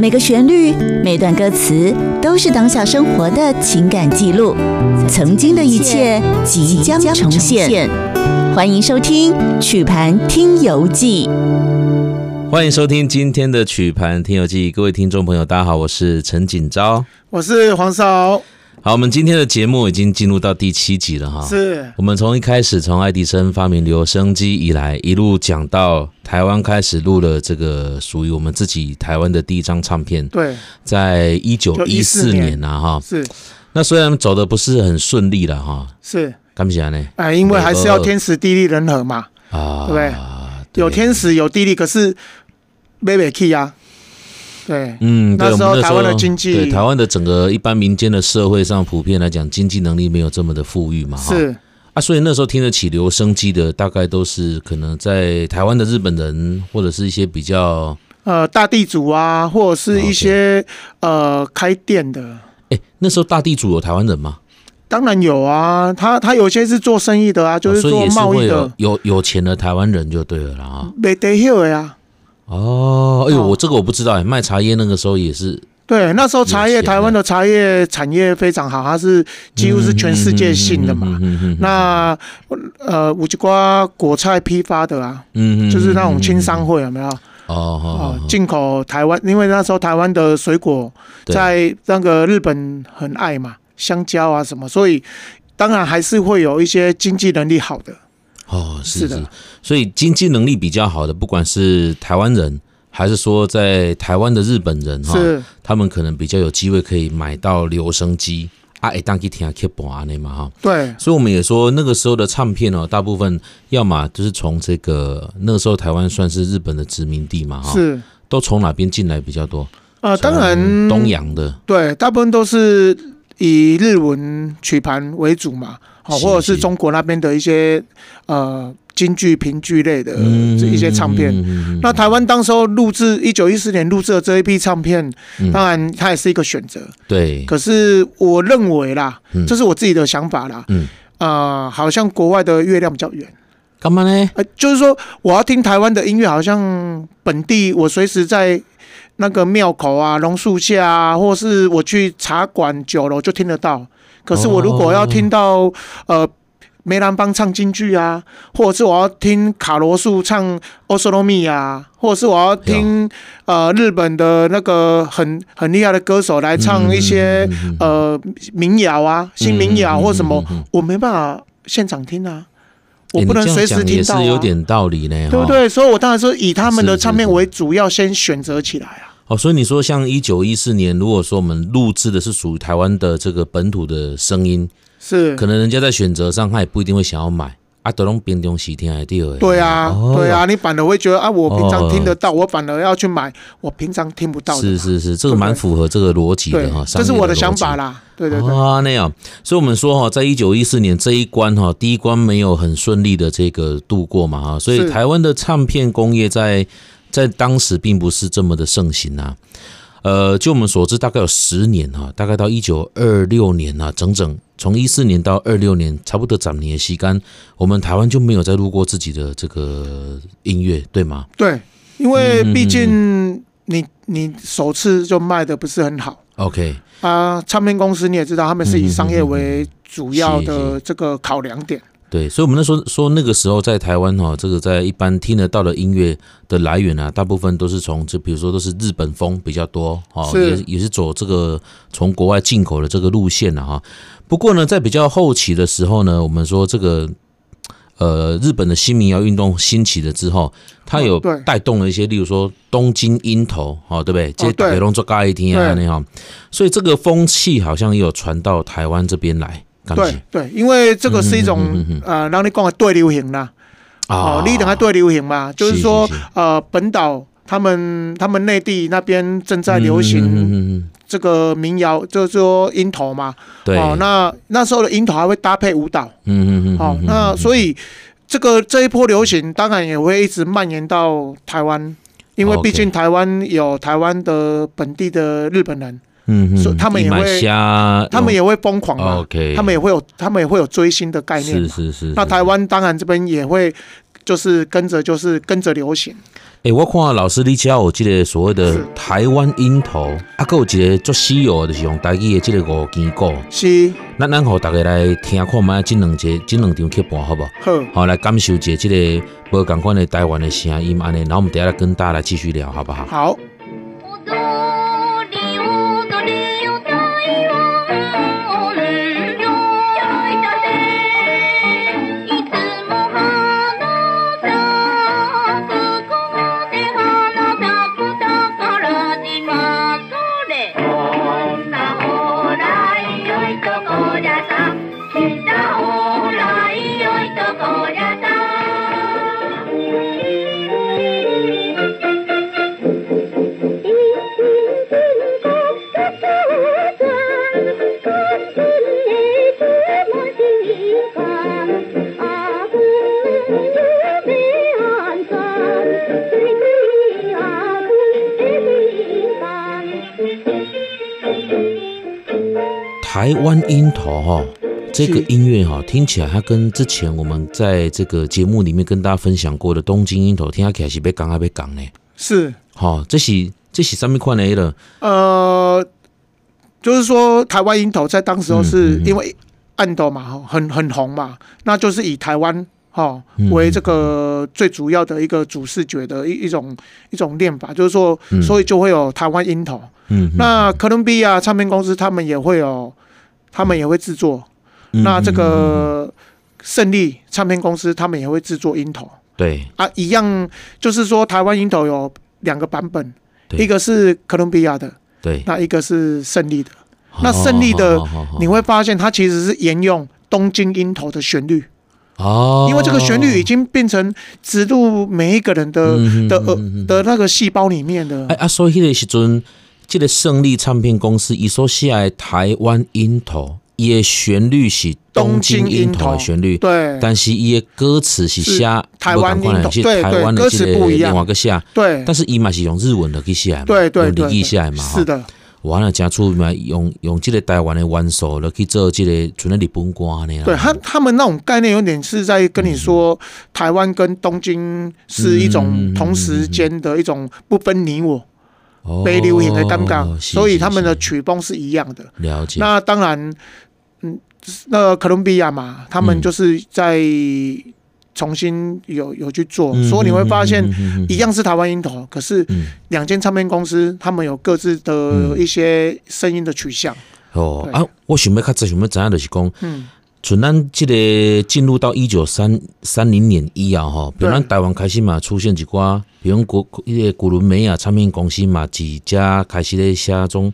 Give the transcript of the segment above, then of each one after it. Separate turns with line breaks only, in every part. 每个旋律、每段歌词都是当下生活的情感记录，曾经的一切即将重现。欢迎收听《曲盘听游记》。
欢迎收听今天的曲盘听友记，各位听众朋友，大家好，我是陈锦昭。
我是黄少，
好，我们今天的节目已经进入到第七集了哈。
是
我们从一开始从爱迪生发明留声机以来，一路讲到台湾开始录了这个属于我们自己台湾的第一张唱片，
对，
在一九一四年啊哈。
是
那虽然走的不是很顺利了哈，
是，
感谢呢
哎，因为还是要天时地利人和嘛，
啊，
对不对
对
有天时有地利，可是没北 key 啊，对，
嗯，对
那时候
我们
台湾的经济
对台湾的整个一般民间的社会上，普遍来讲，经济能力没有这么的富裕嘛，哈
是
啊，所以那时候听得起留声机的，大概都是可能在台湾的日本人，或者是一些比较，
呃大地主啊，或者是一些
啊
呃开店的，
哎，那时候大地主有台湾人吗？
当然有啊，他他有些是做生意的啊，就是
哦所以
做
也是
贸
会
易
有
的，
有有钱的台湾人就对了啦啊。
没得 hill 呀，
哦，哎呦，
哦
我这个我不知道，哎，卖茶叶那个时候也是
对，那时候
有
茶叶
钱的
台湾的茶叶产业非常好，它是几乎是全世界性的嘛，
嗯
那呃五吉瓜果菜批发的啊。
嗯
就是那种轻商
哦
会有没有？
哦
哦，
哦，
进口台湾，因为那时候台湾的水果
对
在那个日本很爱嘛，香蕉啊什么，所以当然还是会有一些经济能力好的。
哦，是
是
是
的，
所以经济能力比较好的，不管是台湾人还是说在台湾的日本人哈，
是，
他们可能比较有机会可以买到留声机啊，会当去听 k e e p 安尼嘛哈。
对，
所以我们也说，那个时候的唱片哦，大部分要么就是从这个那个时候台湾算是日本的殖民地嘛哈，
是。
都从哪边进来比较多？
呃，当然
从，东洋的，
对，大部分都是以日文曲盘为主嘛，好，
是
或者是
是
中国那边的一些呃京剧、评剧类的呃这一些唱片。
嗯嗯嗯嗯嗯
那台湾当时候录制一九一四年录制的这一批唱片，
嗯
当然它也是一个选择。
对，
可是我认为啦，
嗯
这是我自己的想法啦，
嗯，
啊，好像国外的月亮比较圆，
干嘛呢？
呃，就是说我要听台湾的音乐，好像本地我随时在那个庙口啊、榕树下啊，或是我去茶馆、酒楼就听得到。可是我如果要听到、呃梅兰芳唱京剧啊，或者是我要听卡罗素唱欧索罗密啊，或者是我要听呃日本的那个很很厉害的歌手来唱一
嗯
些、呃民谣啊、新民谣或什么，
嗯嗯嗯嗯嗯
我没办法现场听啊，
欸
我不能
你这
随
样
时
讲
听
也
到、啊，
是有点道理呢，
对不
哈？
对？所以我当然是以他们的
是是
唱片
是
为主要先选择起来啊。
哦，所以你说像一九一四年，如果说我们录制的是属于台湾的这个本土的声音，
是，
可能人家在选择上他也不一定会想要买啊，都拢冰东西天来对的
对啊，
哦
对啊，你反而会觉得啊，我平常听得到，我反而要去买，我平常听不到的
是
嘛。
是是，这个蛮符合这个逻辑
对
的哈，，
这是我的想
商业逻辑
法。啦。对对对，
啊，那样，所以我们说哈，在一九一四年这一关哈，第一关没有很顺利的这个度过嘛哈，所以
是
台湾的唱片工业在在当时并不是这么的盛行啊。呃，就我们所知，大概有十年哈、大概到一九二六年啊，整整从一四年到二六年，差不多涨年的吸干，我们台湾就没有再录过自己的这个音乐，对吗？
对，因为
嗯
毕竟你你首次就卖的不是很好
OK，
啊，唱片公司你也知道，他们
嗯
是以商业为主要
是
的这个考量点。
对，所以我们那时候说那个时候在台湾哈、这个在一般听得到的音乐的来源啊，大部分都是从就比如说都是日本风比较多哦，
是
也也是走这个从国外进口的这个路线了、哈。不过呢，在比较后期的时候呢，我们说这个呃日本的新民谣运动兴起了之后，它有
哦对
带动了一些，例如说东京音头哦，对不对？这些
对
大家拢做咖一听啊那样哈，所以这个风气好像也有传到台湾这边来，感
对
觉
对，因为这个是
嗯哼
一
嗯
种
哼嗯啊
呃，让你讲的对流行啦。哦，你等下对流行嘛，就是说
是是
呃，本岛他们他们内地那边正在流
嗯嗯嗯
行
嗯嗯
这个民谣，就是说音头嘛。
对，
哦，那那时候的音头还会搭配舞蹈。
嗯嗯嗯，
哦
嗯，
那
嗯
所以这个这一波流行，当然也会一直蔓延到台湾。因为
哦 OK
毕竟台湾有台湾的本地的日本人，
嗯嗯
所以他们也会
一买虾，
他们也会疯狂嘛，
哦 OK，
他们也会有他们也会有追星的概念嘛
是是是，
那台湾当然这边也会就是跟着就是跟着流行。
诶、我看老师你家有这个所谓的
是
台湾音头，啊，还有一个足稀有的就是用台语的这个五更鼓，
是，
咱咱互大家来听看卖这两节这两张曲盘好不好？
好，
好，来感受一下这个无同款的台湾的声音安尼，然后我们等一下来跟大家来继续聊好不好？
好。
踊り踊りよ台湾を運用いたぜいつも花咲くここで花咲く宝島それこんなほらよいとこじゃさ北ほらよいとこじゃさ
台湾音头哈、这个音乐哈、听起来它跟之前我们在这个节目里面跟大家分享过的东京音头听起来是被讲啊被讲呢，
是，
好、这是这是什么款的了？
呃，就是说台湾鹰头在当时候
嗯
是
嗯嗯
因为暗斗嘛，哈，很很红嘛，那就是以台湾哈
嗯
为这个最主要的一个主视觉的一一种一种练法，就是说
嗯，
所以就会有台湾鹰头。
嗯，嗯
那哥伦比亚唱片公司他们也会有，他们也会制作。
嗯
那这
嗯嗯嗯
个胜利唱片公司他们也会制作鹰头。
对
啊，一样就是说台湾鹰头有两个版本，
对
一个是哥伦比亚的，
对，
那一个是胜利的。
哦
那胜利的你会发现它其实是沿用东京鹰头的旋律，
哦，
因为这个旋律已经变成植入每一个人的
嗯
的
嗯
呃
嗯嗯嗯
的那个细胞里面的
哎。啊，所以迄个时阵，这个胜利唱片公司伊所写的台湾音头，伊的旋律是东京音头的旋律，
对
但是伊的歌词是写
是台湾
不同款的
音头
是
对
台湾
对
的
歌
这
词
个
不一样
另外一个写，
对
但是伊嘛是用日文的去写嘛，
对对
用
对，
日语写的嘛，
是。的，
完了，加出嘛，用用这个台湾的元素来去做这个，像咧日本歌安尼啦。
对他他们那种概念有点是在跟你说，台湾跟东京是
嗯嗯嗯嗯
一
嗯
种
嗯
同时间的一种不分你我。
哦
非流行的尴尬，
是
所以
是
他们的
是
曲风是一样的。
了解。
那当然，嗯，那哥伦比亚嘛，他们
嗯
就是在重新有有去做，
嗯
所以你会发现
嗯嗯嗯嗯嗯
一样是台湾音头，可是
嗯
两间唱片公司他们有各自的一些声音的取向。
哦
对
啊，我想要较早想要知影就是讲，
嗯，
从咱即个进入到一九三三零年以后吼，比如
对
咱台湾开始嘛出现一寡，比如国迄个古伦美亚唱片公司嘛，自家开始咧写这种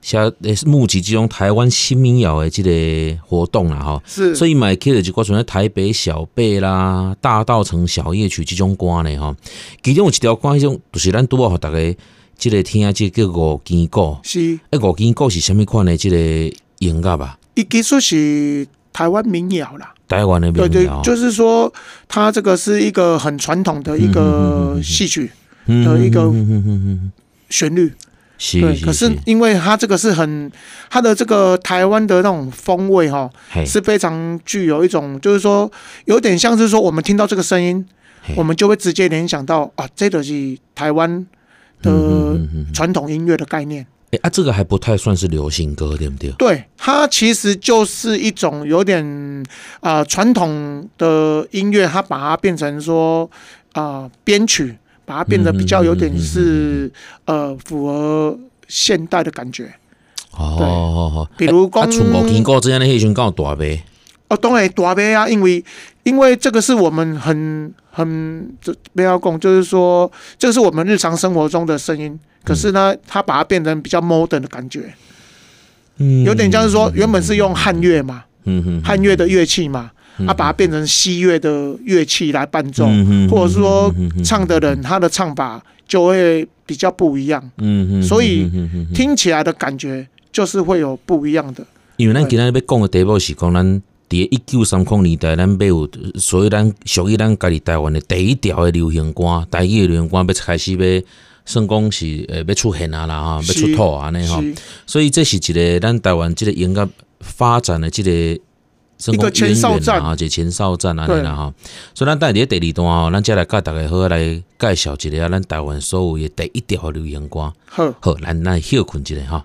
写咧募集这种台湾新民谣的即个活动啦吼。
是，
所
以
以嘛，会起了一寡像咧台北小贝啦、大稻城小夜曲这种歌呢吼，其中有一条歌，迄种就是咱拄好互大家即个听即个叫五更鼓，
是，
诶，五更鼓是虾米款的即个音乐啊？
一技术是台湾民谣啦。
台湾的民
对对
谣，，
就是说，它这个是一个很传统的一
嗯嗯嗯嗯
个
嗯嗯
戏曲
的
一个
嗯嗯嗯嗯
旋律。
是
对，
是
可是因为它这个是很它的这个台湾的那种风味哈、
嘿
是非常具有一种，就是说有点像是说我们听到这个声音
嘿，
我们就会直接联想到啊，这个是台湾
嗯
的
嗯嗯嗯
传统音乐的概念。
诶啊，这个还不太算是流行歌，对不对？
对，它其实就是一种有点啊、呃传统的音乐，它把它变成说啊、呃编曲，把它变得比较有
嗯嗯嗯
点
嗯嗯
是呃符合现代的感觉。
哦
对
好好，
比如讲
啊，像五更歌这样的迄阵有大呗，
哦，当然大杯啊，因为因为这个是我们很很这不要讲，就是说这是我们日常生活中的声音。可是呢，它把它变成比较 modern 的感觉，
嗯
有点像是说原本是用汉乐嘛，
嗯嗯
汉乐的乐器嘛，
嗯
啊，把它变成西乐的乐器来伴奏
嗯嗯嗯，
或者是说
嗯嗯嗯
唱的人他的唱法就会比较不一样，
嗯嗯，
所以
嗯嗯嗯嗯
听起来的感觉就是会有不一样的。
因为咱今仔日要讲的题目是讲咱。伫一九三零年代，咱要有，所以咱属于咱家己台湾的第一条的流行歌，台语的流行歌要开始要算讲是呃要出现啊啦哈，要
是
出土安尼吼。
是
所以这是一个咱台湾这个音乐发展的这个算
一个
讲
前哨站
啊，一个前哨站安
对
尼啦吼。所以咱等下伫第二段吼，咱再来甲大家好好来介绍一下咱台湾所有的第一条流行歌。
好。
好，咱咱休困一下吼。